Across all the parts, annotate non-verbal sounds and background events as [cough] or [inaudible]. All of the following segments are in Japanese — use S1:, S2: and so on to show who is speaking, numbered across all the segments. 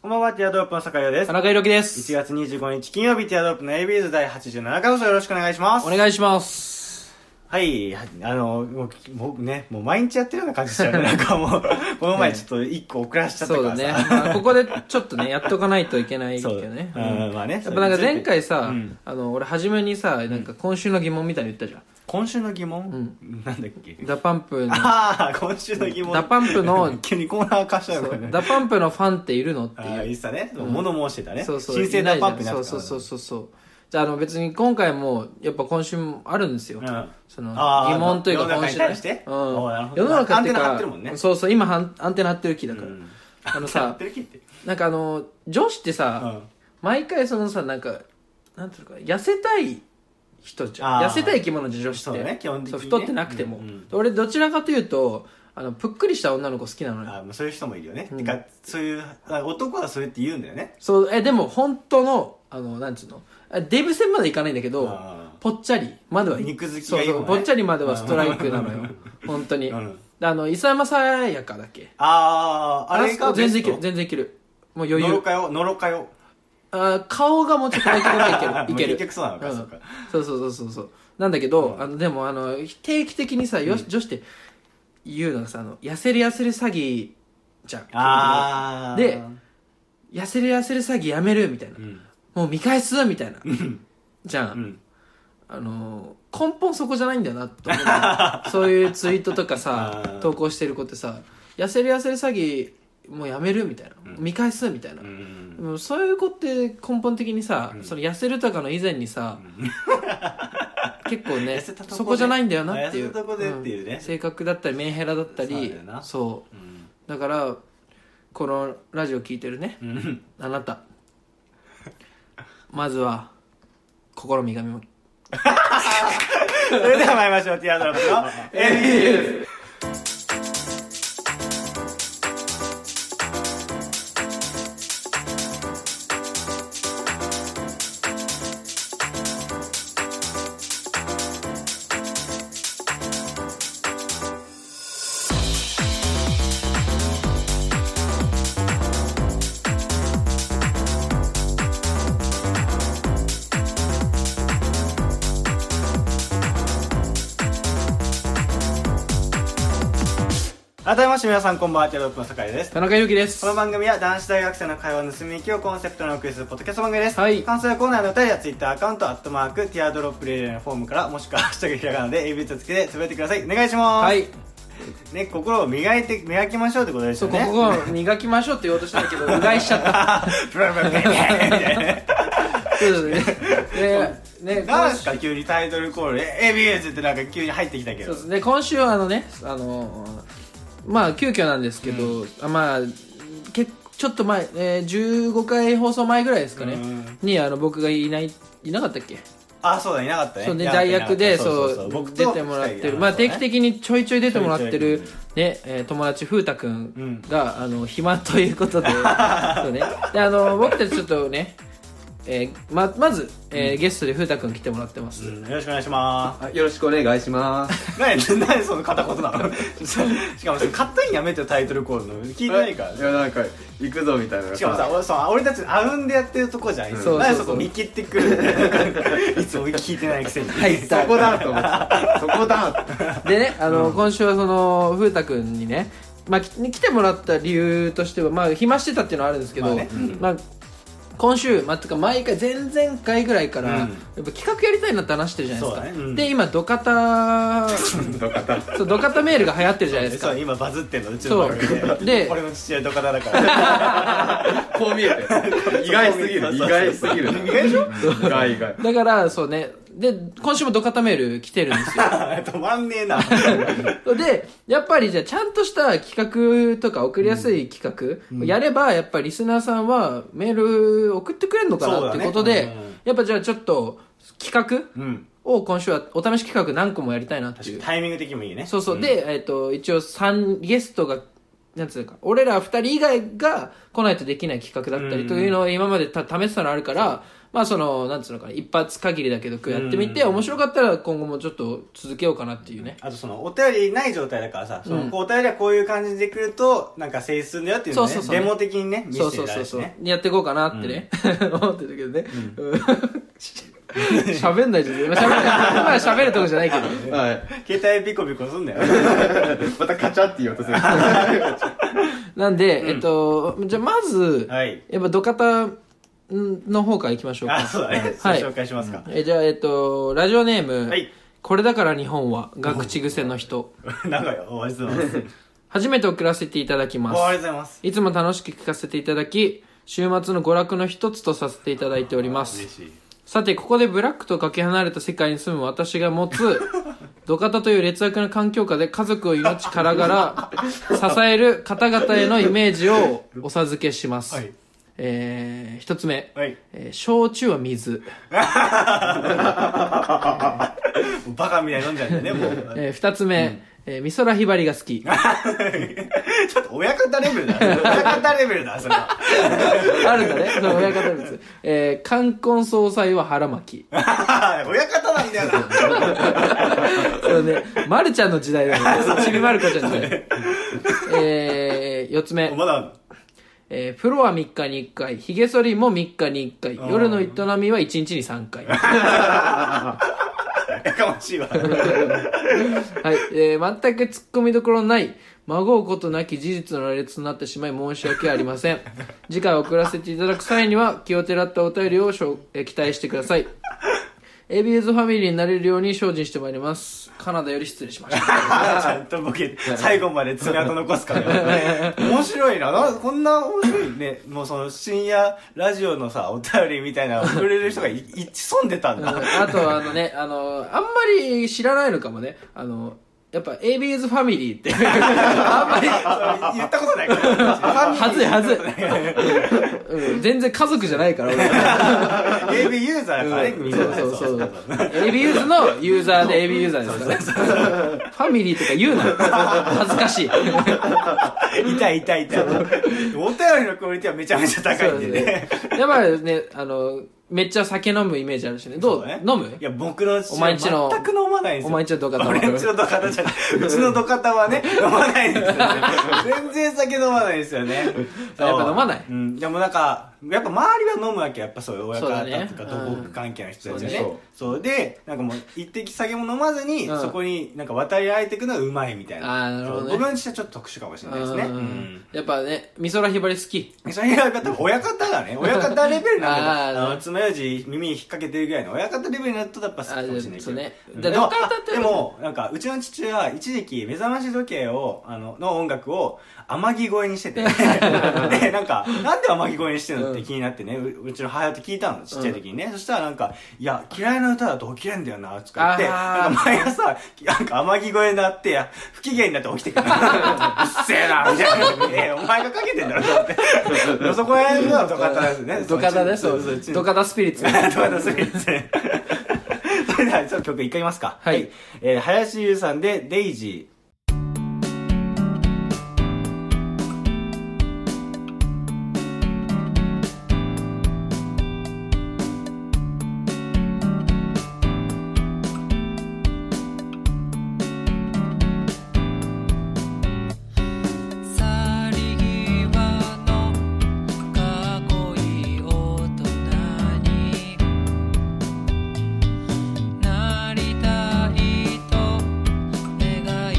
S1: こんばんは、ティアドロップの坂井です
S2: 田。中裕樹です
S1: 1。月25日金曜日、ティアドロップの ABs 第87回放送よろしくお願いします。
S2: お願いします。
S1: はい、はあの、もうき、もうね、もう毎日やってるような感じですよね。なんか
S2: [laughs]
S1: もう、この前ちょっと一個遅らしちゃった
S2: そう
S1: から
S2: だ
S1: さ。
S2: ね。まあここでちょっとね、やっとかないといけないけどね。
S1: そううんまあね
S2: やっぱなんか前回
S1: う
S2: さ
S1: ん、
S2: あの、俺初めにさ、なんか今週の疑問みたいに言ったじゃん。
S1: 今週の疑問、なんだっけ
S2: ダパンプの、
S1: ああ、今週の [laughs] 疑問。
S2: ダパンプ
S1: [laughs]
S2: の
S1: 急にコーナー化したの
S2: そ
S1: か
S2: う
S1: ね。
S2: ダパンプのファンっているのって
S1: あ
S2: い
S1: あ、
S2: う。
S1: 言ってたね。物申してたね。
S2: そうそう。
S1: 新生ダパンプに
S2: い
S1: なっ
S2: ないじ
S1: たか
S2: ゃん
S1: ら
S2: そうそうそうそう。じゃあ、あの別に今回も、やっぱ今週もあるんですよ。
S1: うん
S2: その
S1: あー
S2: 疑問という
S1: 世の
S2: か
S1: 中
S2: 今
S1: に
S2: 週
S1: 対して
S2: うん
S1: おーなるほど
S2: 世の中っていう
S1: アンテナ張
S2: か
S1: ってるもんね
S2: そうそう今はんアンテナ張ってる気だから、
S1: うん
S2: あの
S1: やっ
S2: さ
S1: てる気って。
S2: なんかあの女子って
S1: う
S2: さ、
S1: ん。
S2: 毎回そのさなんかなんていうのか痩せたい人じゃん
S1: あー
S2: 痩せたい生き物じゃん女子
S1: そ
S2: っ
S1: う
S2: て、
S1: だね基本的にね
S2: そう太ってなくても、
S1: うんうん
S2: で俺どちらかというとあのぷっくりした女の子好きなのよ
S1: あーそういう人もいるよね。
S2: うん
S1: てか、そういう、あ男はそうやって言うんだよね。
S2: そうえでも本当のあのなんつうのあデブ戦までいかないんだけど
S1: あ
S2: ぽっちゃりまではい
S1: 肉付き
S2: そ
S1: が
S2: う
S1: いい
S2: そ
S1: もん
S2: う
S1: ね
S2: ぽっちゃりまではストライクなのよ本当に、
S1: ーうん
S2: であの、伊沢さやかだっけ
S1: あー、あれ
S2: あ
S1: か
S2: そこ全然いける、
S1: ベス
S2: 全然いける。もう
S1: ト
S2: 余
S1: のろ
S2: 裕。
S1: かよ、のろかよ。
S2: あ顔がもうちょっとだけぐらいい
S1: [laughs]
S2: ける。いけ
S1: まあ
S2: る。
S1: 結局そうなのか
S2: ん
S1: そうか
S2: そうそうそうそうそう。なんだけど、あの、でも、あの、定期的にさ、よし、女子って言うのがさ、あの、痩せる痩せる詐欺じゃん。
S1: あー。
S2: で、痩せる痩せる詐欺やめるみたいな
S1: う。ん。
S2: もう見返すみたいな。じゃ。
S1: うんん。
S2: あの、根本そこじゃないんだよな、と思うんだ
S1: [laughs]
S2: よ。そういうツイートとか
S1: あー
S2: さ、投稿してる子ってさ、痩せる痩せる詐欺、もうやめるみたいな。見返すみたいな
S1: う。ん。
S2: うんそういう子って根本的にさ、その痩せるとかの以前にさ、結構ね
S1: 痩せたとこで
S2: そこじゃないんだよなっていう
S1: 痩せたとこでっていうね
S2: ん性格だったりメンヘラだった
S1: そう
S2: り
S1: だよな
S2: そう
S1: うん
S2: だからこのラジオ聞いてるね
S1: うん。
S2: あなたまずは心身がみも
S1: それでは参りましょう、ティアドロップ
S2: [laughs]
S1: の ABs。改めまして皆さんこんばんは、ティアドロップの酒井です。
S2: 田中裕樹です
S1: この番組は男子大学生の会話の盗み聞きをコンセプトにお送りするポッドキャスト番組です、
S2: はい
S1: 感想やコーナーのお便りは Twitter アカウント「アットマークティアドロップレイレイ」のフォームからもしくは「ハッシュタグひらがな」で AB とつけてつぶやいてくださいお願いします、
S2: はい
S1: ね、心を磨いて磨きましょうってことです
S2: そ
S1: よ
S2: うこ
S1: ね
S2: こを磨きましょうって言おうとしたんだけどうがいしち
S1: [laughs]
S2: ゃった
S1: ブラブラブラブラみたいなね
S2: そうだ
S1: [laughs]
S2: ねねね
S1: なんですか急にタイトルコールで ABS ってなんか急に入ってきたけ
S2: そ
S1: ど
S2: うですね今週はあのねあのまあ急遽なんですけど、あまあけちょっと前、えー、15回放送前ぐらいですかね、
S1: うん
S2: にあの僕がいないいなかったっけ、
S1: あそうだいなかったね
S2: そうね
S1: いなかった
S2: 代役でそう
S1: 僕
S2: 出
S1: と
S2: てもらって
S1: 二人
S2: る
S1: が
S2: まあ定期
S1: そうね
S2: 的にちょいちょい出てもらってる
S1: ちょいちょ
S2: ねえー友達風太くんが、あの暇ということで [laughs] そうねであの僕たちちょっとね、えーままず、えーゲストで風太くん来てもらってます、
S1: うんよろしくお願いします
S3: あよろしくお願いします。
S1: 何何その片言な
S2: [laughs]
S1: のしかもそれカットインやめてよタイトルコールの聞いてないから
S3: いや、なんか、行くぞみたいな。
S1: しかもさ、俺さ俺たちあうんでやってるとこじゃんいつ
S2: そ
S1: も
S2: う
S1: 何
S2: そ
S1: そうこ
S2: そう
S1: 見切ってくる
S2: [laughs]
S1: いつも聞いてないくせに
S2: 入った
S3: そこだと思って。そこだ
S2: でね、あの、今週はその、風太くんにね、まあ、き来てもらった理由としては、まあ、暇してたっていうのはあるんですけど、
S1: ま
S2: ま
S1: あ
S2: あ、
S1: ね
S2: 今週、まあ、てか毎回、前々回ぐらいから、
S1: うん
S2: やっぱ企画やりたいなって話してるじゃないですか。
S1: そうだねうん
S2: で、今、ドカタ、
S3: どかた。
S2: そう、ドカタメールが流行ってるじゃないです
S1: [laughs] そ
S2: か。
S1: う今バズってんのうちの番
S2: そ
S1: 組
S2: う
S1: で
S2: で
S1: 俺の父親とかだから
S2: [laughs]
S3: こう見えて。意外すぎる。意外すぎる。
S1: 意外でしょ
S3: 意外意外。
S2: だから、そうね、で、今週もドカタメール来てるんですよ。
S1: 止まんねえな
S2: で、やっぱりじゃあちゃんとした企画とか送りやすい企画をやれば、やっぱりリスナーさんはメール送ってくれるのか
S1: そう
S2: な
S1: だ
S2: っ
S1: ね
S2: てことで、
S1: うん
S2: やっぱじゃあちょっと企画
S1: うん
S2: を今週はお試し企画何個もやりたいなって
S1: 確か
S2: い
S1: に
S2: う。
S1: タイミング的にもいいね
S2: そうそう。で、えっ、と、一応三ゲストがなんつうか俺ら二人以外が来ないとできない企画だったりというのを今までた試したのあるからまあそのなんつうのかな一発限りだけどこうやってみて面白かったら今後もちょっと続けようかなっていうね
S1: あとそのお便りない状態だからさ、そのお便りはこういう感じで来るとなんか成立するんだよっていうのをね
S2: そうそうそうね
S1: デモ的に
S2: [laughs]
S1: ね見
S2: そう
S1: せ
S2: そ
S1: て
S2: う
S1: ら
S2: そ
S1: れ
S2: う
S1: るし
S2: そう
S1: ね
S2: やっていこうかなってね、思ってるけどね、うん [laughs] 喋んないじゃん今喋んない今は喋るとこじゃないけど
S3: はい。
S1: 携帯ビコビコすんだよ
S2: [laughs]
S3: またカチャって言おうとする。
S2: なんで、えっとじゃあまず、
S1: はい
S2: やっぱ土方の方からいきましょう
S1: あ
S2: か
S1: そうだね、
S2: はい
S1: 紹介しますか、
S2: えじゃあえっとラジオネーム、
S1: はい
S2: これだから日本は」が口癖の [laughs] 人
S1: なんかよおはようございます
S2: 初めて送らせていただきま
S1: おはよう
S2: す
S1: ございます
S2: いつも楽しく聞かせていただき週末の娯楽の一つとさせていただいております
S1: 嬉しい
S2: さて、ここでブラックとかけ離れた世界に住む私が持つ、 [laughs] 土方という劣悪な環境下で家族を命から
S1: [laughs]
S2: がら支える方々へのイメージをお授けします。
S1: はい
S2: えー、一つ目、
S1: はい
S2: えー焼酎は水。
S1: もうバカみたいに飲んじゃうんだよねもう
S2: えー、二つ目、えー美空ひばりが好
S1: [laughs]
S2: き。
S1: ちょっと親方レベルだね親方レベルだそれは
S2: [laughs] あるんだね。そう、親方です。えー、冠婚葬祭は腹巻き。
S1: 親方なんだよな
S2: そうね、まるちゃんの時代だ [laughs] ね。ちびまる子ちゃんの時代。えー、四つ目。
S1: まだ
S2: えー、風呂は3日に1回、髭剃りも3日に1回、夜の営みは1日に3回。はい、
S1: やかましいわ
S2: えー全く突っ込みどころのない、孫うことなき事実の羅列となってしまい申し訳ありません。次回送らせていただく際には、気をてらったお便りをしょう、えー期待してください。エビーズファミリーになれるように精進してまいります。カナダより失礼しました。
S1: ちゃんとボケ最後まで爪痕残すからね面白いななこんな面白いねもうその深夜ラジオのさお便りみたいなの送れる人がいい潜んでたんだ
S2: あとあのね、あの、あんまり知らないのかもね。あの、やっぱ ABS ファミリーって、あんまり、
S1: そう言ったことないから
S2: はずいはずい、うん、全然家族じゃないから俺
S1: AB ユーザーからねみんなね
S2: そうそうそう AB ユーズのユーザーで AB ユーザーですからねファミリーとか言うな恥ずかしい
S1: 痛い痛い痛いお便りのクオリティはめちゃめちゃ高いんでね
S2: そうねやっぱりねあのめっちゃ酒飲むイメージあるしねど
S1: そううだね
S2: 飲む
S1: いや、僕の父
S2: お前んちの
S1: 全く飲まないんですよ。
S2: お前んちの土方は
S1: 俺んちの土方じゃない。うちの土方はね、飲まないんですよ、ね。全然酒飲まないんですよね。
S2: [laughs] やっぱ飲まない
S1: うん。でもなんか、やっぱ周りは飲むわけ。やっぱそういう親
S2: そうだ
S1: 方
S2: ね
S1: とか土木関係の人たちは
S3: うん
S1: ね
S3: そうね。
S1: そう。で、なんかもう、一滴酒も飲まずに、
S2: うん
S1: そこになんか渡り合えていくのはうまいみたいな。
S2: あーなるほどね
S1: そう僕の父はちょっと特殊かもしれないですね。
S2: う
S1: うんん。
S2: やっぱね美空ひばり好き
S1: そういう方、親方だね。親方レベルなんだ
S2: [laughs] あ
S1: あ
S2: ー
S1: の、爪楊枝耳に引っ掛けてるぐらいの親方レベルになるとやっぱ好きかもしれないけ
S2: あーそう
S1: ど。
S2: ね
S1: うん
S2: だ
S1: でも
S2: どっから歌って
S1: あ
S2: る
S1: で
S2: の
S1: も、なんか、うちの父親は一時期、目覚まし時計を、あの、の音楽を、天城越えにして
S2: [laughs]
S1: て。で、なんか、なんで天城越えにしてるのって気になってね、ううちの母親と聞いたの、ちっちゃい時にね。そしたらなんか、いや、嫌いな歌だと起きれんだよな、とか言って、な
S2: あー
S1: んか毎朝、なんか天城越えになって、いや不機嫌になって起きてくる。うっせえな、みたいな。 [laughs] えお前がかけてんだろ、と思って。よ [laughs] そこやるのは土方ですね。
S2: 土方ねそ
S1: そううそう。土
S2: 土
S1: 方。
S2: 方スピリッツ
S1: [laughs] 土方すぎて。 [laughs] それでは、ちょっと曲一回いきますか。
S2: はい。
S1: えー、林優さんで、デイジ
S4: 去り際のかっこいい大人になりたいと願い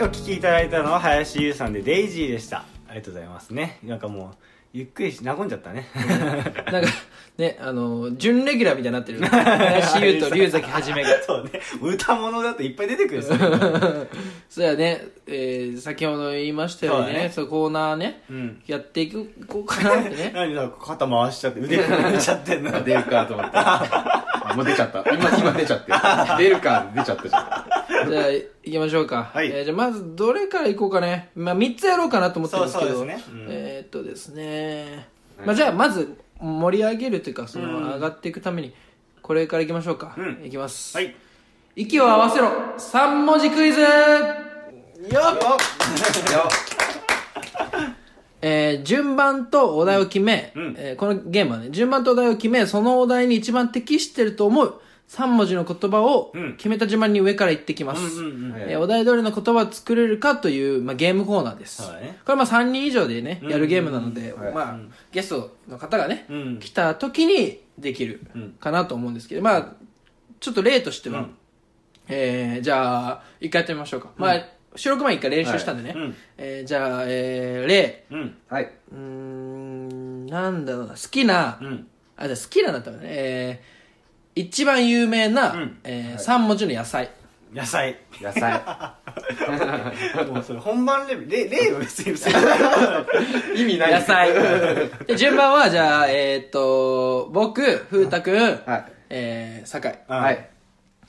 S1: お聴きいただいたのは林優さんで「デイジー」でしたありがとうございますねなんかもうゆっくりし和んじゃったね [laughs]
S2: なんかねあの準レギュラーみたいになってる林
S1: [laughs]
S2: 優と龍崎はじめが
S1: そうね歌物だといっぱい出てくるん [laughs] ですよ
S2: [laughs] そうやね、えー先ほど言いましたように
S1: そ
S2: ね
S1: うだね
S2: そうコーナーね、
S1: うん
S2: やっていくこうかなっ
S1: [laughs]
S2: てね
S1: 何だ肩回しちゃって腕組んちゃって [laughs] んの
S3: 出るかと思った。あもう出ちゃった。今、今出ちゃってる。出るか、出ちゃったじゃ
S2: じゃあ行きましょうか、
S1: はい
S2: えーじゃあまずどれから行こうかね、まあ、3つやろうかなと思ってるんですけど
S1: そうそうですねうん
S2: えーっとですね、まあ、じゃあまず盛り上げるというかその
S1: うん
S2: 上がっていくためにこれから行きましょうか、
S1: うん
S2: 行きます、
S1: はい
S2: 息を合わせろ3文字クイズ
S1: よっ
S2: えー順番とお題を決め、
S1: うん
S2: えーこのゲームはね、順番とお題を決め、そのお題に一番適してると思う3文字の言葉を
S1: うん
S2: 決めた順番に上から言ってきます。
S1: うんうんうん
S2: えーお題通りの言葉を作れるかという、まあ、ゲームコーナーです。
S1: そうだね
S2: これまあ3人以上でね、
S1: うん
S2: やるゲームなので、
S3: うんはい
S2: まあ、ゲストの方がね、
S1: うん
S2: 来た時にできる
S1: うん
S2: かなと思うんですけど、まあ、ちょっと例としては、
S1: うん
S2: えーじゃあ、一回やってみましょうか。まあ、収録前に一回練習したんでね、
S1: はいうん
S2: えーじゃあ、えー、例。
S1: うん
S3: ん。はい。
S2: うーんなんだろうな好きな、
S1: うん
S2: あじゃあ好きなだったらね、えー一番有名な、
S1: うん
S2: え3文字の野菜
S1: 野菜
S3: 野菜。
S1: もうそれ本番レベル例例は別に別に
S3: 意味ない。
S2: 野。菜 [laughs] で順番はじゃあえーっと僕風太くん、
S3: はい。
S2: えー酒井
S1: うん
S3: はい。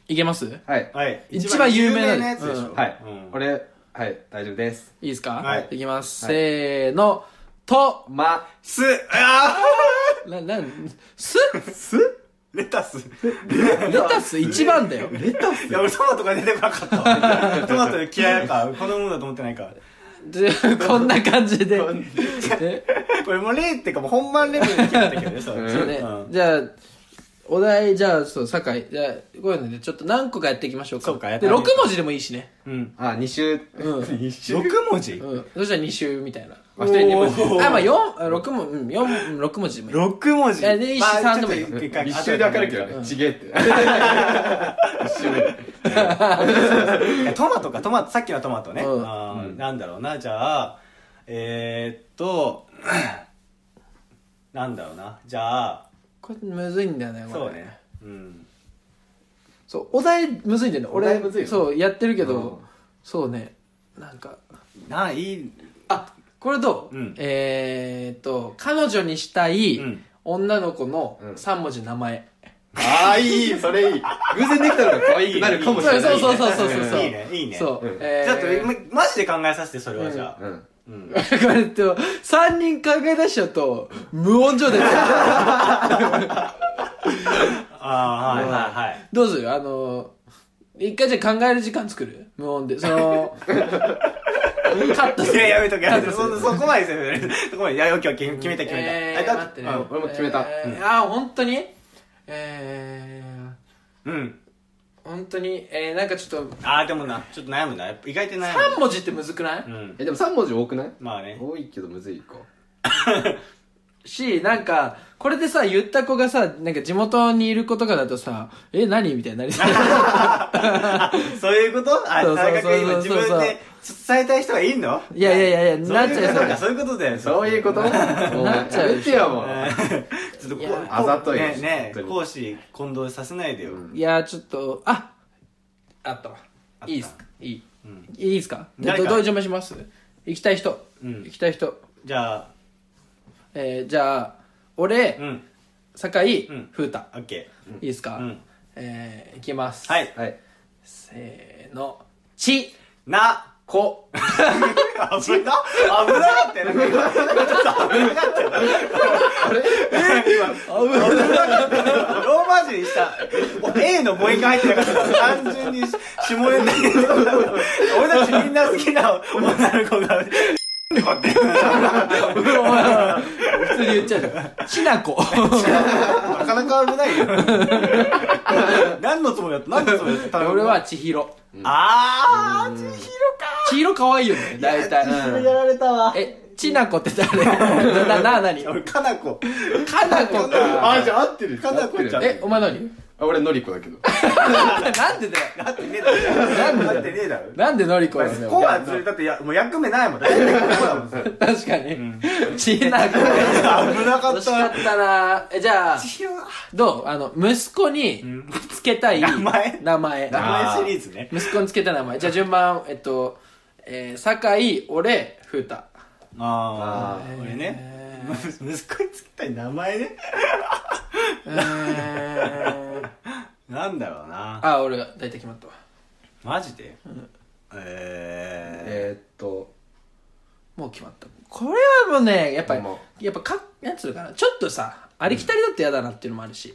S2: いけますい
S3: はい。
S1: はい
S2: 一番有名な
S1: やつでしょ
S3: はい
S1: うん。
S3: 俺、はい、大丈夫です。
S2: いですか、
S1: はい
S2: いきます、
S3: はい
S2: せーのと
S3: ま、
S1: すあ
S2: ななんす
S1: ーすレタス
S2: レタス一番だよ
S1: レタスいや俺トマトが出てこなかったわトマト嫌いだからこのものだと思ってないから
S2: で [laughs] こんな感じでね
S1: これもう例っていうかもう本番レベルで決まったけどねそう
S2: そうね
S1: うん
S2: じゃあお題じゃあそう酒井じゃあこういうのでちょっと何個かやっていきましょうか
S1: そうかやって
S2: で
S1: み
S2: 6
S1: よう
S2: 文字でもいいしね
S1: うん
S3: あ、二週。
S2: うん
S3: 二週。
S1: 6文字
S2: うんそしたら2周みたいな
S3: まあ、一人二文字。
S1: おー
S2: あまあ4六文うん四六文字でもいい
S1: 6文字
S2: えで一
S1: まあ
S2: 三でもい
S1: ち
S2: い
S1: ょっと一回
S3: 一周で分かるけどね、ちげえって。一周で。
S1: いやトマトかトマトさっきのトマトね、
S2: うん
S1: あー
S3: うん
S1: なんだろうなじゃあえー、っと [clears throat] なんだろうなじゃあ
S2: これむずいんだよねこれ
S1: そうねうん
S2: そうお題むずいんだよね俺
S3: お題むずいよね
S2: そうやってるけ
S3: うん
S2: どそうねなんか
S1: ないい
S2: あこれどう、
S1: うん
S2: えーっと彼女にしたい
S1: うん
S2: 女の子の
S3: うん
S2: 3文字名前、
S3: ああ、いい、それいい。偶然できたのが可愛くなるかもしれない。
S2: そうそうそうそうそうそう
S1: いいねいいね
S2: そう、
S3: うん
S2: えー
S1: ちょっとまマジで考えさせてそれはじゃあ、
S3: うん。
S1: うん
S2: これって3人考え出しちゃうと無音状態になる
S1: ああーはいはいはい
S2: どうするあの一回じゃあ考える時間作る無音でそのカットす
S1: い
S2: る
S1: ややめとけやめとけ
S2: カット
S1: そそこまでせめてそこまでいやオッケーオッケー決めた決めた、
S2: え
S1: あ
S2: ー
S1: だ
S2: 待ってね、
S1: うん
S3: 俺も決めた
S2: えーあ本当にえー
S1: うん
S2: 本当にえー、なんかちょっと
S1: ああでもなちょっと悩むなやっぱ意外と悩
S2: 3文字ってむずくない、
S1: むうん
S3: え、でも三文字多くない
S1: まあね
S3: 多いけどむずいか。
S2: しなんかこれでさ言った子がさなんか地元にいる子とかだとさえ何みたいになりそう
S1: [laughs] そういうことあ
S2: そうそうそう
S1: 大学今自
S2: そうそう
S1: 分で伝えたい人がいいの
S2: いやいやいやいやなっちゃい
S1: そ
S2: そうう
S1: かそういうことだよ
S3: そういうこと
S2: なっちゃう
S3: やめてよ、もう。
S1: [laughs] ちょっと
S2: い
S1: こ
S2: や
S1: う
S3: あざとい
S1: ねね
S3: 本当に
S1: 講師混同させないでよ、
S3: ん
S2: いやーちょっとああったわ
S1: あった
S2: いいっすいい、
S1: うん
S2: いいですかじゃ
S1: 誰
S2: あど
S1: か
S2: どういう順番します行きたい人、
S1: うん
S2: 行きたい人、
S1: じゃあ
S2: えー、じゃあ俺、
S1: うん
S2: 酒井、
S1: うん
S2: 風太
S1: オッケ
S2: いいですか、
S1: ーうん
S2: えー、行きます
S1: はい
S3: はい。
S2: せーの「ち
S1: な
S3: [laughs]
S2: こ
S1: 危な危なかったよなんか今ちょっと危なかったよロー
S2: 危
S1: マ字にした。A の母音が入ってなかった。単純に下ネタに俺たちみんな好きな女の子が。
S2: お前お前普通に言っちゃう
S1: [laughs]
S2: じゃん「ちなこ」
S1: なかなか危ないよ。何のつもりだった何のつもりだった
S2: 俺。は千尋
S1: あー、ちひ
S2: 千尋可愛いよね大体
S1: ろやられたわ。
S2: えちなこって誰 [laughs] ななな何
S1: 俺、かなこ。
S2: かなこか
S3: あ、じゃあ合ってる。
S1: かなこちゃん
S2: えお前何 [laughs]
S3: ああ俺のりこだけど
S2: なんでだよ
S1: なってねえだろなってねえだろ
S2: なんでのりこな
S1: こ
S2: の
S1: う
S2: よ
S1: はずるだってやもう役目ないもんだってこうだもんそれ
S2: 確かに、ちなこ
S1: 危なか
S2: 惜
S1: っ
S2: し
S1: た
S2: かったなえじゃあ
S1: 千尋が
S2: どうあの息子につけたい
S1: 名前
S2: 名前
S1: 名前シリーズね
S2: 息子につけたい名前じゃあ順番えっと、えー、酒井俺風 [laughs] 太
S1: ああ
S2: あー
S1: 俺ね息子につけたい名前ね
S2: えー、
S1: なんだろうな
S2: あ俺大体決まったわ
S1: マジでえ
S3: えーっと
S2: もう決まったこれはもうねやっぱり
S3: も
S2: やっぱかなんつうのかなちょっとさありきたりだと嫌だなっていうのもあるし、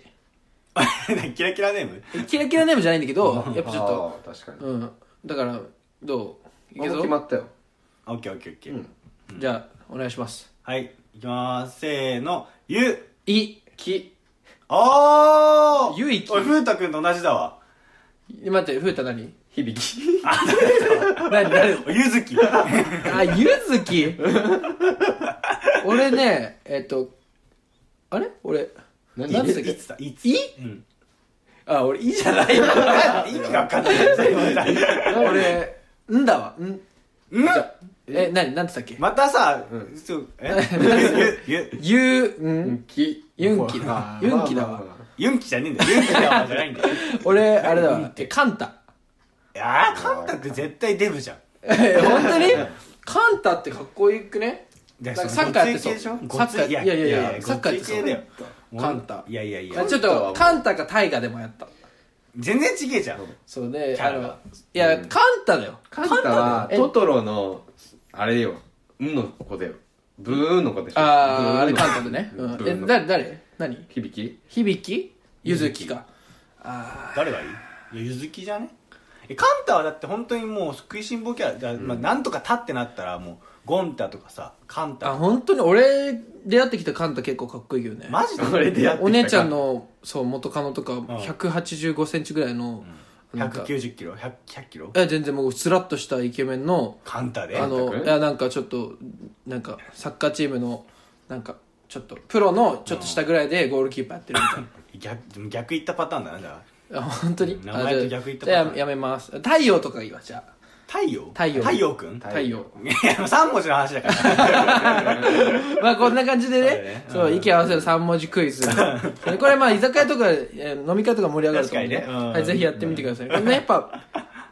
S1: ーキラキラネーム
S2: キラキラネームじゃないんだけどやっぱちょっと
S3: あー確かに
S2: うんだからどうい
S3: あ
S2: け
S3: も
S2: ぞ
S3: う決まったよ
S1: オッケーオッケーオッケ
S3: う
S1: ー
S3: ん
S2: じゃあお願いします
S1: はいいきまーすせーのゆう
S2: いき
S1: あー
S2: ゆいき
S1: 俺、ふうたくんと同じだわ。
S2: 待って風太 [laughs] 何
S3: 響き
S2: 何誰
S1: ゆずき。
S2: あ、ゆずき俺ね、えっと、あれ俺、
S3: 何
S2: なんでしたっ
S1: い
S2: け
S1: つだいつ
S2: い
S1: うん。
S2: あ、俺、いいじゃ [laughs] ないよ。
S1: 意味がわかんない。
S2: 俺、んだわ。ん
S1: うん
S2: え、なに、なんて言ったっけ
S1: またさ
S3: ん、
S1: そう
S2: [laughs]
S1: えゆ、ゆ、ゆ、
S2: ゆん
S3: き
S2: ユンキだ。ユンキだ
S3: まあ
S2: わ
S3: まあ。まあ
S1: ゆんきじゃねえんだよ。ゆんきだわじゃないんだよ。
S2: 俺、あれだわ。え、カンタ。
S1: いやー、かんたくん絶対デブじゃん。
S2: え、本当にカンタってかっこいいくね
S1: だか
S2: サ
S1: ら
S2: ッカーやって
S1: そ
S2: そ
S1: の
S2: う。
S1: ごつい系でしょご
S2: サッ
S1: つ
S2: カー、いやいやいや、サッカーやっ
S1: ご
S2: て
S1: つい系だ
S2: そ
S1: よ
S2: う。カンタ
S1: いやいやい
S2: あ
S1: や。
S2: ちょっと、カンタかタイガでもやった。
S1: 全然ちげえじゃん。
S2: そうね、
S1: キ
S2: あ
S1: ャラ
S2: の
S1: が、
S2: いや、
S3: うん
S2: カンタだよ。
S3: カンタは
S2: え
S3: トトロのあれよ「ん」の子だよブーンの子でしょ
S2: あー、あ
S3: ブ
S2: れ
S3: ーの子
S2: カンタでね。
S3: ブ
S2: う
S3: ー
S2: ん
S3: ン
S2: え、
S3: の
S2: 誰、誰何
S3: 響き
S2: 響きゆずきか。あ
S1: 誰がいいいや、ゆずきじゃねえ、かんたはだって本当にもう食いしん坊キャラだから、まあなんとかたってなったらもう、ゴンタとかさ、かん
S2: ーあ、
S1: た。
S2: 本当に俺出会ってきたカンタ結構かっこいいよね。
S1: マジで
S3: 俺出会って
S2: お姉ちゃんの、そう、元カノとか、185センチぐらいの、なんか、
S1: 190キロ100 100キロ
S2: え、全然もう、スラッとしたイケメンの、
S1: カンタで
S2: あの、
S3: 全く
S2: いや、なんかちょっと、なんか、サッカーチームの、なんか、ちょっと、プロのちょっと下ぐらいでゴールキーパーやってるみたいな。
S1: 逆でも逆いったパターンだなじゃあ
S2: あ本当に
S1: 名前と逆言った
S2: あじゃ
S1: パ
S2: あ
S1: ターン
S2: じゃあやめます太陽とかいいわじゃあ
S1: 太陽
S2: 太陽
S1: 太陽くん
S2: 太陽
S1: いや3文字の [laughs] 話だから
S2: まあこんな感じでね
S1: そうだね
S2: そう息合わせる3文字クイ
S1: [laughs]
S2: ズこれまあ居酒屋とかえー飲み会とか盛り上がると思うんで、
S1: 確かにねうん
S2: はい、ぜひやってみてください、これねやっぱ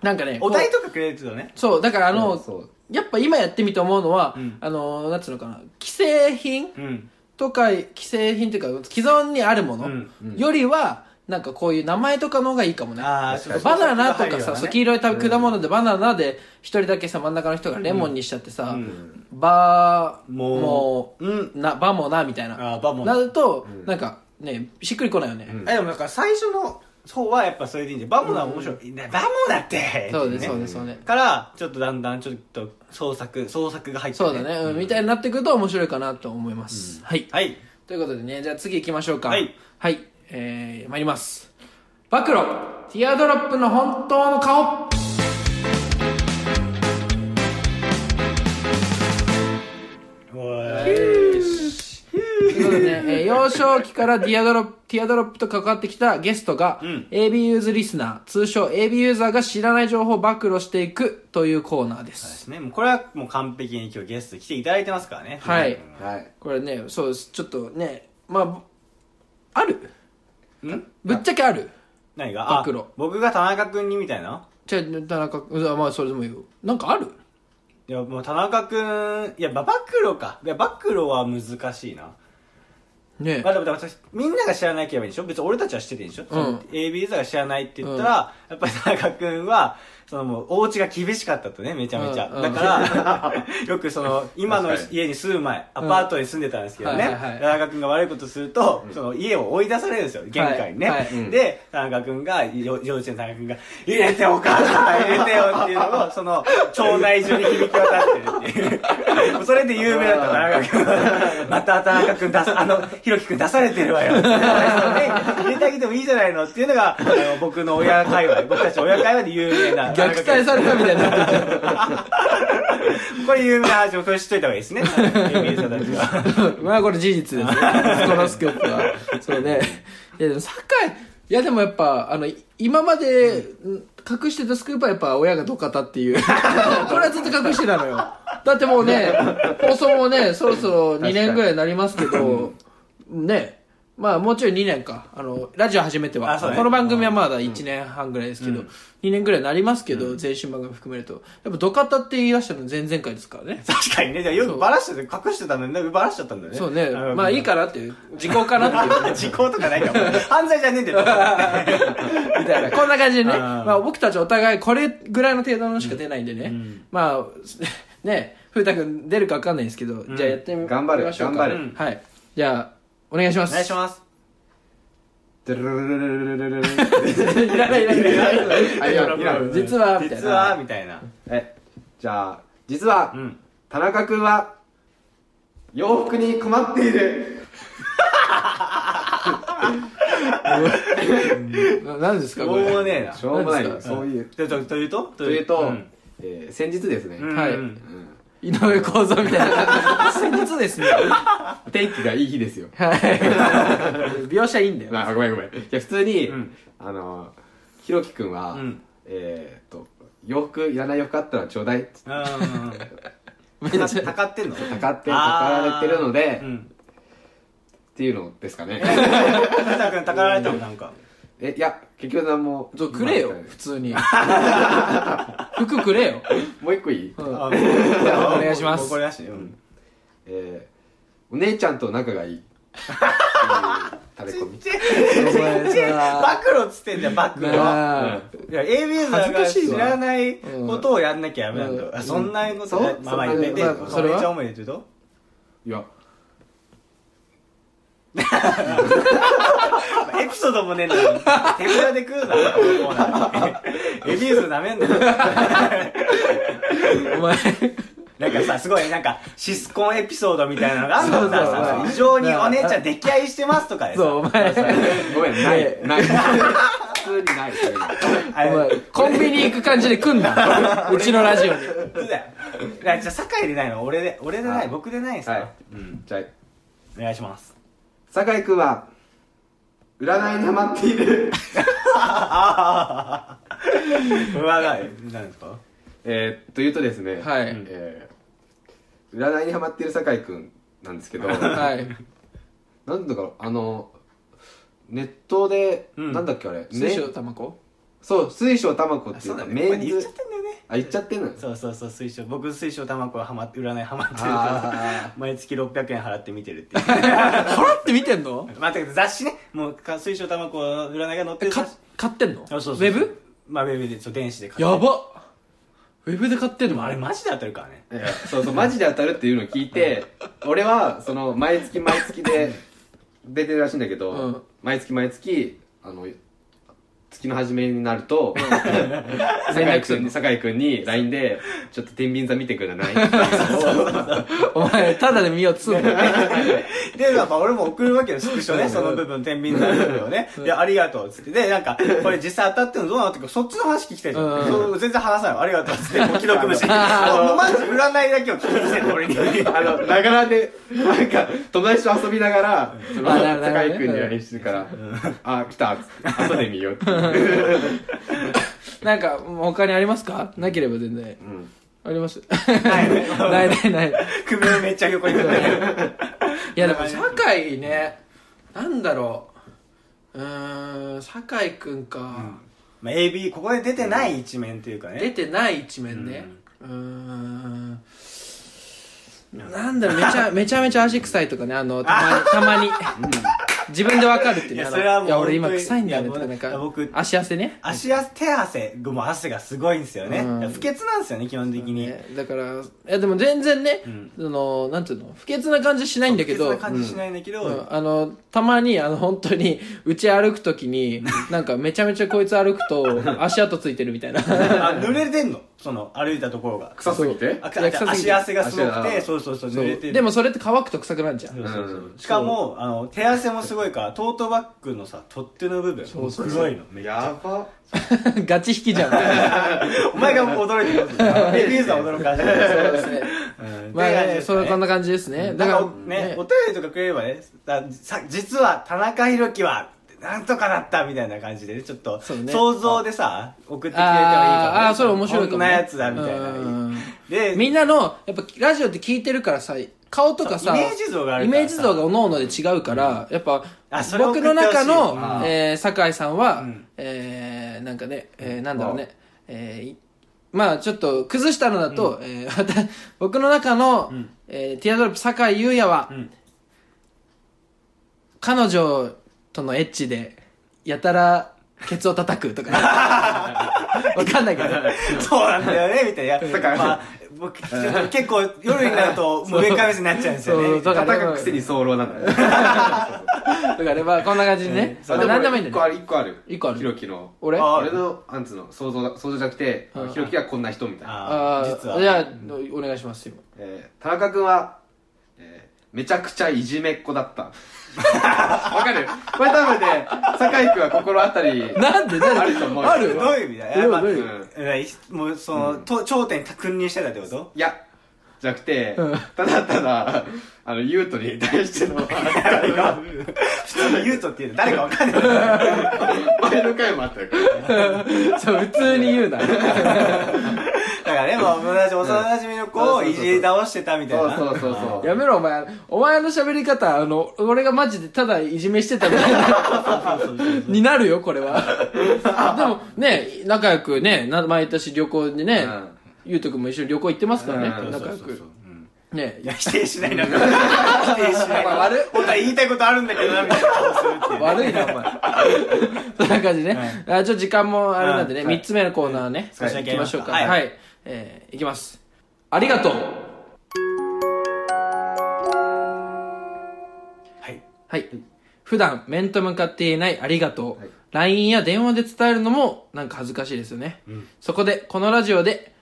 S2: なんかね [laughs] こう
S1: お題とかくれるとね
S2: そうだからあの、
S3: そう
S2: やっぱ今やってみて思うのは、
S1: うん
S2: あのなんつうのかな既製品
S1: うん
S2: とか既製品というか既存にあるもの、
S1: うん
S2: よりはなんかこういう名前とかの方がいいかもね
S1: ああ
S3: 確かに
S2: バナナとか
S1: そう
S2: さ、
S1: そう
S2: そう黄色い食べ果物でバナナで一人だけさ真ん中の人がレモンにしちゃってさ、
S1: うん
S2: バー
S1: もうう
S2: も
S1: ん
S2: なバもなみたいな
S1: あーバもな
S2: なると、なんかねしっくりこないよね、
S1: あでもなんか最初の方はやっぱそれでいいんじゃんバモナは面白いねバモナって
S2: そうね
S1: って
S2: そうねそうね
S1: からちょっとだんだんちょっと創作創作が入って
S2: そうだね、うんみたいになってくると面白いかなと思います、はい、
S1: はい
S2: ということでねじゃあ次行きましょうか
S1: はい、
S2: はいえー、参ります暴露ティアドロップの本当の顔ということ
S1: [laughs]
S2: でね、えー幼少期からディアドロップ、ティアドロップと関わってきたゲストが、
S1: うん
S2: AB ユーズリスナー、通称 AB ユーザーが知らない情報を暴露していくというコーナーで。
S1: そうですすねもうこれはもう完璧に今日ゲスト来ていただいてますからね
S2: はい
S1: うん
S3: はい
S2: これね、そうです。ちょっとね、まあ、ある
S1: ん
S2: ぶっちゃけある
S1: 何があ
S2: 暴露
S1: 僕が田中君にみたいな
S2: じゃあ、田中君、うんまあ、それでもいいよ。なんかある
S1: いやもう田中君いやば暴露かいや暴露は難しいな
S2: ね
S1: まあでもだからみんなが知らなければいいんでしょ別に俺たちは知ってていいんでしょ、
S2: うん
S1: その AB 座が知らないって言ったら、やっぱり田中君はそのもうお家が厳しかったとねめちゃめちゃ、
S2: うんうん
S1: だから、
S2: [laughs]
S1: よくその今の
S3: 確かに
S1: 家に住む前アパートに住んでたんですけどね、
S2: はいはいはい
S1: 田中君が悪いことすると、その家を追い出されるんですよ玄関にね、
S2: はいはい
S3: うん
S1: で田中君がよ幼稚園の田中君が「入れてお母さん入れてよ」っていうのをその町内中に響き渡ってるっていう
S2: [laughs]
S1: もうそれで有名だった田中君 [laughs] はまた田中君出すあのひろき君出されてるわよって [laughs] 入れてあげてもいいじゃないのっていうのがあの僕の親界隈僕たち親界隈で有名な
S2: 虐待されたみたいになってる
S1: これ有名な話をこれ知っといた方がいいですね有名人たちは
S2: [laughs] まあこれ事実ですね。ストラスクップは。そうね。いやでも、酒井、いやでもやっぱあのい今までうん隠してたスクープはやっぱ親がどかた
S1: [laughs]
S2: っていうこれはずっと隠してたのよだってもうね放送もねそろそろ2年ぐらいになりますけどねまあもうちょい2年かあのラジオ始めては、
S1: あそうね
S2: この番組はまだ1年半ぐらいですけど、2年ぐらいになりますけど、全身番組含めるとやっぱどかたって言い出したの前々回ですからね
S1: 確かにね、じゃあよくバラしてて、隠してたんだよね。バラしちゃったんだよね。
S2: そうね
S1: の
S2: まあいい。からっていう時効かなっていう
S1: 時効とかないから。犯罪じゃねえんだよ。
S2: みたいな。こんな感じでね。
S1: うん
S2: まあ僕たちお互いこれぐらいの程度のしか出ないんでね。まあ、 [laughs] ね、風太くん出るかわかんないんですけど、じゃあやってみましょうか。
S3: 頑張れ頑張れ
S2: うんはい。じゃあ、お願いします。
S1: お願いし
S2: [laughs]
S1: ます。
S2: す。いらないいらな
S3: [laughs]
S2: いいらない
S3: あいやいや
S2: 実は、みたい
S1: 実
S2: な。
S1: は、みたいな。
S3: えじゃあ実は、
S1: うん。
S3: 田中君は洋服に困っている
S2: な何ですか、こ
S1: もう
S2: れ。
S1: ねえな。
S3: しょうもない
S2: 何
S3: よ
S2: です
S3: そういう
S1: ととというと
S3: というと、
S1: ん
S3: えー先日ですね、
S1: うん
S2: はい
S1: うん
S2: 井上構造みたい [laughs] な。先日ですね。は
S3: 天気がいい日です
S2: い。
S3: よ
S2: 描写いいんだよ。
S3: あごめんごめんじゃあ普通に、
S1: うん
S3: あのひろき君は、
S1: うん
S3: えーっと洋服いらない洋服あったらちょうだいっつって
S2: [laughs] めっち
S1: た
S2: ゃ
S1: たかってんの
S3: たかってたかられてるので、
S1: う
S3: っ
S1: ん
S3: ていうのですかね
S1: 藤田君たかられたのなんか
S3: えいや結局何も
S2: そうくれよ、普通
S3: [laughs]
S2: に。服くれよ。
S3: もう一個いい、
S2: うん
S1: お
S2: お願いします
S1: これだしねうん
S3: えーお姉ちゃんと仲がいいっていうタレ
S1: [laughs]
S3: コミ
S1: ちっ
S2: お前
S1: ちゃい
S2: さ
S1: 暴露っつってんじゃん暴露い
S2: なあ
S1: や ABS だから
S2: 恥ずかしい
S1: 知
S2: わ
S1: らないことをやんなきゃダメなんだよ
S2: うん
S1: あそんなこ
S3: そ
S1: と
S3: う
S1: ねまあまあ
S3: そ
S1: 言
S3: う
S1: ってて
S2: まあそれは
S1: めっちゃ思い出てると
S3: いや
S1: エピソードもねえんだよ手ぶらで食うなこのコーナー ABS ダメんだよ
S2: お前
S1: なんかさ、すごい、なんか、シスコンエピソードみたいなのがあるの
S2: そうそうそう
S1: さ、非常にお姉ちゃん溺愛してますとかでさ、
S2: そうお前
S3: ごめんな
S2: ね
S3: いない普通にないそういうの
S1: あれ
S2: お前コンビニ行く感じで来ん
S1: [laughs]
S2: なうちのラジオに
S1: そうだよ。じゃあ、酒井でないの俺で、俺でな、
S3: はいい
S1: 僕でないんすか、
S3: はい
S1: うん。
S3: じゃあ
S1: お願いします。
S3: 酒井君は占いにハマっている
S1: ああこれはな、なんですか
S3: えー、というとですね
S2: はい
S3: えー占いにハマっている酒井君なんですけど
S2: はい
S3: なんだかあのネットで、
S1: うん
S3: なんだっけあれ
S2: 水晶
S3: ね
S2: 玉子
S3: そう水晶玉子っていうか
S1: こ
S3: メ
S1: れ
S3: ン
S1: 言っちゃっ
S3: ズ
S1: てんだよね。
S3: あ言っちゃってんの
S1: そうそうそう、水晶。僕、水晶玉子はハマって、占いハマってるから、
S3: あ
S1: [laughs] 毎月600円払って見てるっていう。 [laughs]
S2: 払って見てんの
S1: 待って、雑誌ね。もうか、水晶玉子の占いが載って
S2: え
S1: る
S2: か
S1: 雑誌。
S2: 買ってんのウ
S1: あそうそう
S2: ェブ
S1: まあ、ウェブで、そう、電子で買って
S2: やばっウェブで買ってんの
S1: あれマジで当たるからね。
S3: ーいやそうそうマジで当たるっていうのを聞いて俺はその毎月毎月で出てるらしいんだけど、
S2: うん
S3: 毎月毎月あの月の初めになると、 [laughs]
S2: 連
S3: 酒井
S2: 絡するの
S3: 君に酒井君に LINE で「ちょっと天秤座見てくれない?」っていうのを
S2: お前ただで見ようっつう
S1: [laughs]
S2: の
S1: で、まあ、俺も送るわけよ、スクショね、その部分、天秤座の部分をね。で、ありがとう、つって。で、なんか、これ実際当たってるのどうなのってか、そっちの話聞きたいじゃ
S2: うん
S1: ん。そう全然話さない。ありがとう、つって、も
S2: [laughs]
S1: う既読無視。もうマジ占いだけを聞きにしてんの、俺に。
S3: あのながらでなんか友達と遊びながらその
S2: あなるほどね
S3: 酒井君に LINE してるから「あ来た」っつって「後で見よう」って
S2: なんか他にありますかなければ全然
S3: うん
S2: あります
S1: はい
S2: [laughs] な
S1: [laughs]
S2: いないない
S1: 首をめっちゃ横に振
S2: [laughs]
S1: って。
S2: いやでも酒井ねなんだろううーん酒井くんか、
S1: まあ、AB、ここで出てない一面というか
S2: 出
S1: ね。
S2: てない一面ねうーんなんだろうめち
S1: [laughs]
S2: ゃめちゃめちゃ足臭いとかねあのたまにたまに自分でわかるっていう
S1: い
S2: ね
S1: や
S2: あ
S1: それはも
S2: の
S1: う
S2: いや
S1: 本
S2: 俺
S1: 当
S2: 今
S1: に
S2: 臭いんだよね
S1: いや
S2: とかなん
S1: いや
S2: か
S1: 僕
S2: 足汗ね
S1: 足汗、手汗、もう汗がすごいんですよね。
S2: うん
S1: 不潔なんですよね、基本的に。
S2: ねだからいやでも全然ね、
S1: ん
S2: そのなんていうの不潔な感じしないんだけ
S1: 不
S2: ど
S1: 潔な感じしないんだけど、
S2: うんあのたまにあの本当にうち歩くときになんかめちゃめちゃこいつ歩くと足跡ついてるみたいな
S1: あ、濡れてんの。その、歩いたところが。
S3: 臭すぎて
S1: あ
S2: いや臭すぎ
S1: 足汗
S2: て
S1: がすごく
S3: 足
S1: て、
S3: が
S1: そうそうそう、
S2: そ
S1: 濡れ
S2: う
S1: てる。
S2: でもそれって乾くと臭くなるじゃん
S1: そうそうそう
S3: う
S1: しかもあの手汗もすごいからトートバッグのさ取っ手の部分
S2: そうそうそう
S1: 黒いのめっちゃ
S3: やば
S2: [laughs] ガチ引きじゃん。
S1: お前が驚いて
S2: [laughs]
S1: るやつエビューザー驚かせ
S2: そうですね。
S1: うん
S2: まあ、
S1: って感じ
S2: ね、
S1: です
S2: そ
S1: ね
S2: んなこんな感じですね。
S1: な
S2: だ
S1: ん
S2: か
S1: からねお便りとかくれればねださ実は田中裕樹はなんとかだったみたいな感じでちょっと
S2: そうね
S1: 想像でさ送ってくれてもいいか
S2: あ
S1: ら
S2: ーあーそれ面白いかも、
S1: こん
S2: ね、
S1: なやつだみたいな
S2: うん
S1: で
S2: みんなのやっぱラジオって聞いてるからさ顔とかさ
S1: そうイメージ像がある
S2: イ
S1: からさ
S2: メージ像がおのおので違うから、やっぱ
S1: あそれ送っ
S2: 僕
S1: てほ
S2: の
S1: しい
S2: 中の、
S1: うん
S2: えー酒井さんは、
S1: ん
S2: えーなんかね、えーなんだろうね、えーいまあちょっと崩したのだと、えーま [laughs] た僕の中の、えーティアドロップ酒井優也は、
S1: ん
S2: 彼女とのエッチでやたらケツを叩くと
S3: [laughs]
S2: か、わかんないけど。
S1: そうなんだよねみたいな
S3: だから
S1: まあ僕ちょっと結構夜になるともう上から目線になっちゃうんですよね
S2: そうだから
S3: 叩くくせに早漏なんだね。
S2: だからまあこんな感じでね、
S3: そ
S2: まあ
S3: うも
S2: 何でもいいんだ
S3: 一
S2: よね
S3: 個ある、一個ある。
S2: 一個ある
S3: ひろきの。
S2: 俺
S1: あ
S3: 俺の、なんつうの、想像だ、想像じゃなくて
S2: うん、
S3: ひろきはこんな人みたいな。
S1: あ
S2: あ
S1: ー
S2: ー
S1: 実は
S2: じゃあお願いしますよ
S3: えー田中君は、えーめちゃくちゃいじめっ子だった。わかるこれ多分ね、酒井君は心当たり、
S2: なんでなんで
S3: あると思うよ
S2: ある
S1: どういう意味だ
S2: どうい
S1: や
S2: う
S1: っぱ
S2: どう
S3: う
S2: い
S3: ん
S1: もうその、と頂点君臨してたってこと
S3: いや、じゃなくて、
S2: うん
S3: ただただ、あの、ゆうとに対しての扱いが、
S1: 普通に言うとっていうの誰かわかんない
S3: 前の回もあったよ、これね
S2: そう普通に
S3: [laughs]
S2: 言うな
S1: だからね、まあ、同じ幼馴染の子をいじり倒してたみたい
S3: そう
S1: な。
S3: そうそうそう。
S2: やめろお前お前の喋り方あの俺がマジでただいじめしてたみたいなになるよこれ
S3: [laughs]
S2: はでもね仲良くねな毎年旅行でね、
S3: うん
S2: ゆうとくんも一緒に旅行行ってますからね、
S3: うん
S2: 仲
S1: そう
S2: 良
S1: そうそ
S2: く
S1: ううん
S2: ね
S1: いや、否定しないな。否
S2: [laughs]
S1: 定しない
S2: お前
S1: な
S2: 悪い。
S1: 本当は言いたいことあるんだけどな、みたいな顔するって
S2: [laughs]
S1: いうね。
S2: 悪いなお
S1: [laughs]
S2: 前そんな感じね、あちょっと時間もあれなんでね、
S1: うん
S2: 三3つ目のコーナーね、
S1: はい
S2: 行きましょうか
S1: は
S2: はいい、えーいきますありがとう
S1: はい。
S2: はい。普段面と向かって言えないありがとう。
S3: はい
S2: LINE や電話で伝えるのもなんか恥ずかしいですよね。そこで、このラジオで、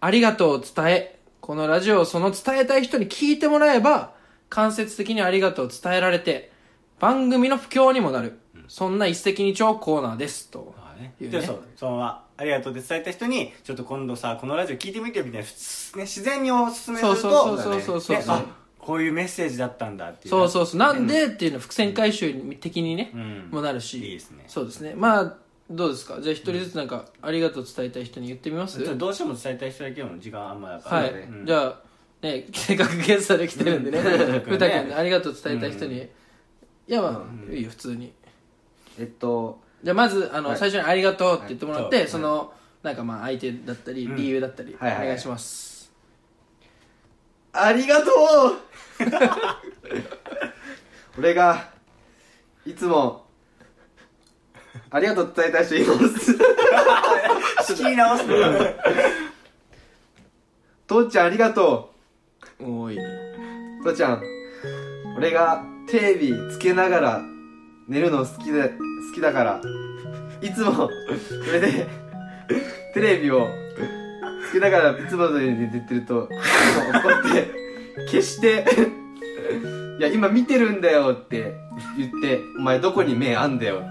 S2: ありがとうを伝え、このラジオをその伝えたい人に聞いてもらえば、間接的にありがとうを伝えられて、番組の不況にもなる。そんな一石二鳥コーナーです。と。
S1: まあね。
S2: いうね
S1: でそう、そのままありがとうって伝えた人に、ちょっと今度さ、このラジオ聞いてみてよみたいな、ふつね、自然におすすめすると、
S2: そうそうそうそうそう
S1: ねあ、こういうメッセージだったんだっていう。
S2: そうそうそう。なんでっていうの、伏線回収的にね、
S1: ん
S2: もなるし。
S1: いいですね
S2: そうですね。まあ、どうですかじゃあ一人ずつなんか、ありがとう伝えたい人に言ってみます
S1: ちょっとどうしても伝えたい人だけの時間あんまだから
S2: は
S1: ね。
S2: い、
S1: うん
S2: じゃあ、ね、せっかくゲストで来てるんでね、ふた君、ありがとう伝えたい人に、いや、まあ、いいよ、普通に。
S3: えっと、
S2: じゃあ、まず、あの、
S3: はい
S2: 最初にありがとうって言ってもらって、
S1: はい
S2: その、なんかまあ、相手だったり、理由だったり、
S3: はいはいはい
S2: お願いします。
S3: ありがとう俺が、いつも、ありがとう伝えたい人いま
S1: 仕
S3: す。
S1: 切り直すの。
S3: 父ちゃんありがと
S2: おーい。
S3: う。父ちゃん、俺がテレビつけながら寝るの好きで、好きだから、いつも、それで、テレビをつけながらいつものように寝てると、いつも怒って、消して、いや、今見てるんだよって言って、お前どこに目あんだよ。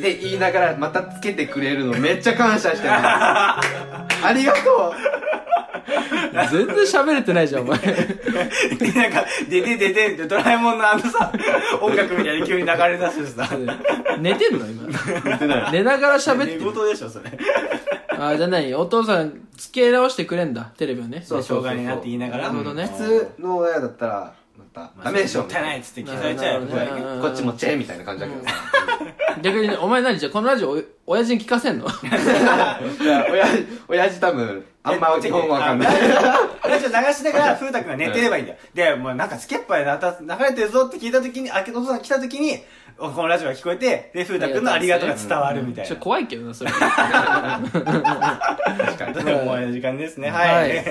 S3: で、言いながらまたつけてくれるのめっちゃ感謝
S2: [laughs]
S3: してます。ありがと
S2: 全然喋れてないじゃん、お前。
S1: でなんか、ででででってドラえもんのあのさ、音楽みたいに急に流れ出してさ。
S2: 寝てんの今。
S3: う言ってない。
S2: 寝ながら喋っ
S1: 寝
S2: て
S1: 言
S2: る。
S1: でしょ、それ。
S2: あー、じゃあ何お父さん、付け直してくれんだ、テレビをね。
S3: そう
S1: しょうがねえなって言いながら。
S2: なるほどね
S1: うん
S3: 普通の親だったらまたダメでしょ
S1: もったいないっつって消されちゃうよ
S2: なるほどね
S3: こっちもチェーみたいな感じだけどさ
S2: 逆にね、お前何じゃあこのラジオ、お親父に聞かせんの
S3: いや親父親父多分あんま日本語わかんない
S1: [laughs] あラジオ流しながら、風太くんが寝てればいいんだよ。で、もうなんかスケッパーでなた流れてるぞって聞いたときに、あけお父さん来たときに、このラジオが聞こえて、で、風太くんのありがとうが伝わるみたい
S2: ちょっと
S1: な。
S2: 怖いけどな、それ。
S3: 確かに
S1: という思いの時間ですね。はい。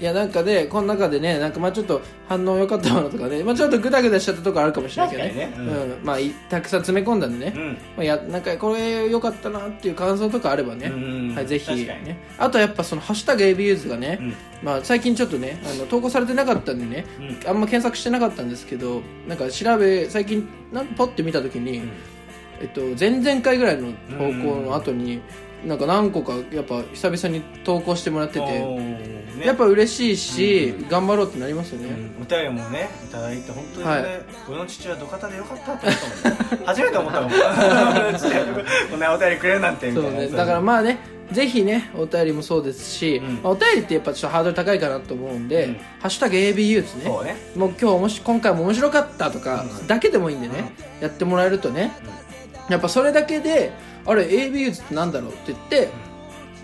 S2: いやなんかねこの中でねなんかまあちょっと反応良かったものとかね、まあ、ちょっとグダグダしちゃったとこあるかもしれないけどね
S1: 確かにね
S2: うんまあいたくさん詰め込んだんでね、
S1: う
S2: ま
S1: ん。
S2: あ、やなんかこれ良かったなっていう感想とかあればね、
S1: うんうん
S2: はい、ぜひ、
S1: 確かに
S2: ね、あとはやっぱその「ハッシュタグ #AB ユーズ」がね、
S1: うん
S2: まあ、最近ちょっとねあの投稿されてなかったんでね、
S1: う
S2: あんま検索してなかったんですけどなんか調べ最近なんかポッて見た時に、
S1: ん
S2: えっと、前々回ぐらいの投稿の後に、なんか何個かやっぱ久々に投稿してもらってて、
S1: おーね
S2: やっぱ嬉しいし、
S1: うん
S2: 頑張ろうってなりますよ
S1: う
S2: ね、
S1: んお便りもねいただいて本当にね、
S2: はい
S1: 俺の父は土方でよかったって思ったもん、ね、 [laughs] 初めて思ったもん俺の父はこんなお便りくれるなんてみた
S2: そ
S1: いうな
S2: ねだからまあねぜひねお便りもそうですし、
S1: うん
S2: まあお便りってやっぱちょっとハードル高いかなと思うんで「
S1: うん
S2: ハッシュタグ #ABU」ですね
S1: そうね
S2: もう今日もし今回も面白かったとかだけでもいいんでね、やってもらえるとね、やっぱそれだけであれ AB ユーズってなんだろうって言って、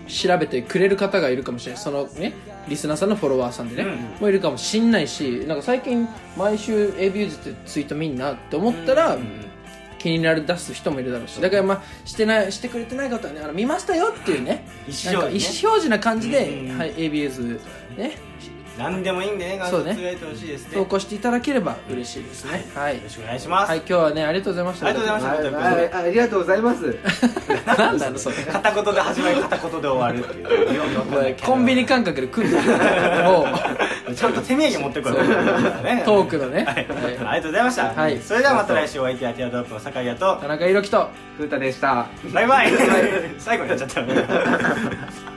S2: 調べてくれる方がいるかもしれないそのねリスナーさんのフォロワーさんでね、
S1: うん
S2: もういるかもしんないしなんか最近毎週 AB ユーズってツイート見んなって思ったら、
S1: うんうん
S2: 気になる出す人もいるだろうしだからまあしてないしてくれてない方はねあの見ましたよっていう
S1: [laughs]
S2: ね
S1: 意思表示ね
S2: なんか意思表示な感じで、
S1: うんうん
S2: はい AB ユーズね
S1: 何でもいいんでね感
S2: そうね
S1: 想つぶやいてほしいですね
S2: 投稿していただければ嬉しいですね、はい
S1: よろしくお願いします、
S2: はい、今日はね、ありがとうございました。
S1: ありがとうございました
S3: はいはいありがとうございます。
S2: した。なんなの、それ。
S1: 片言で始まり片言で終わるっていうよくわかんないけど
S2: コンビニ感覚で来るな。
S1: [laughs]
S2: もう、 [laughs]
S1: ちゃんと手土産持ってこい、ね
S2: トークのね。
S1: はい、あ
S2: は
S1: りがとうございました、
S2: はい
S1: それではまた来週お相手はティアドロップの酒井屋と
S2: い田中裕樹と。
S3: ふうたでした。
S1: [laughs] バイバイ最後になっちゃった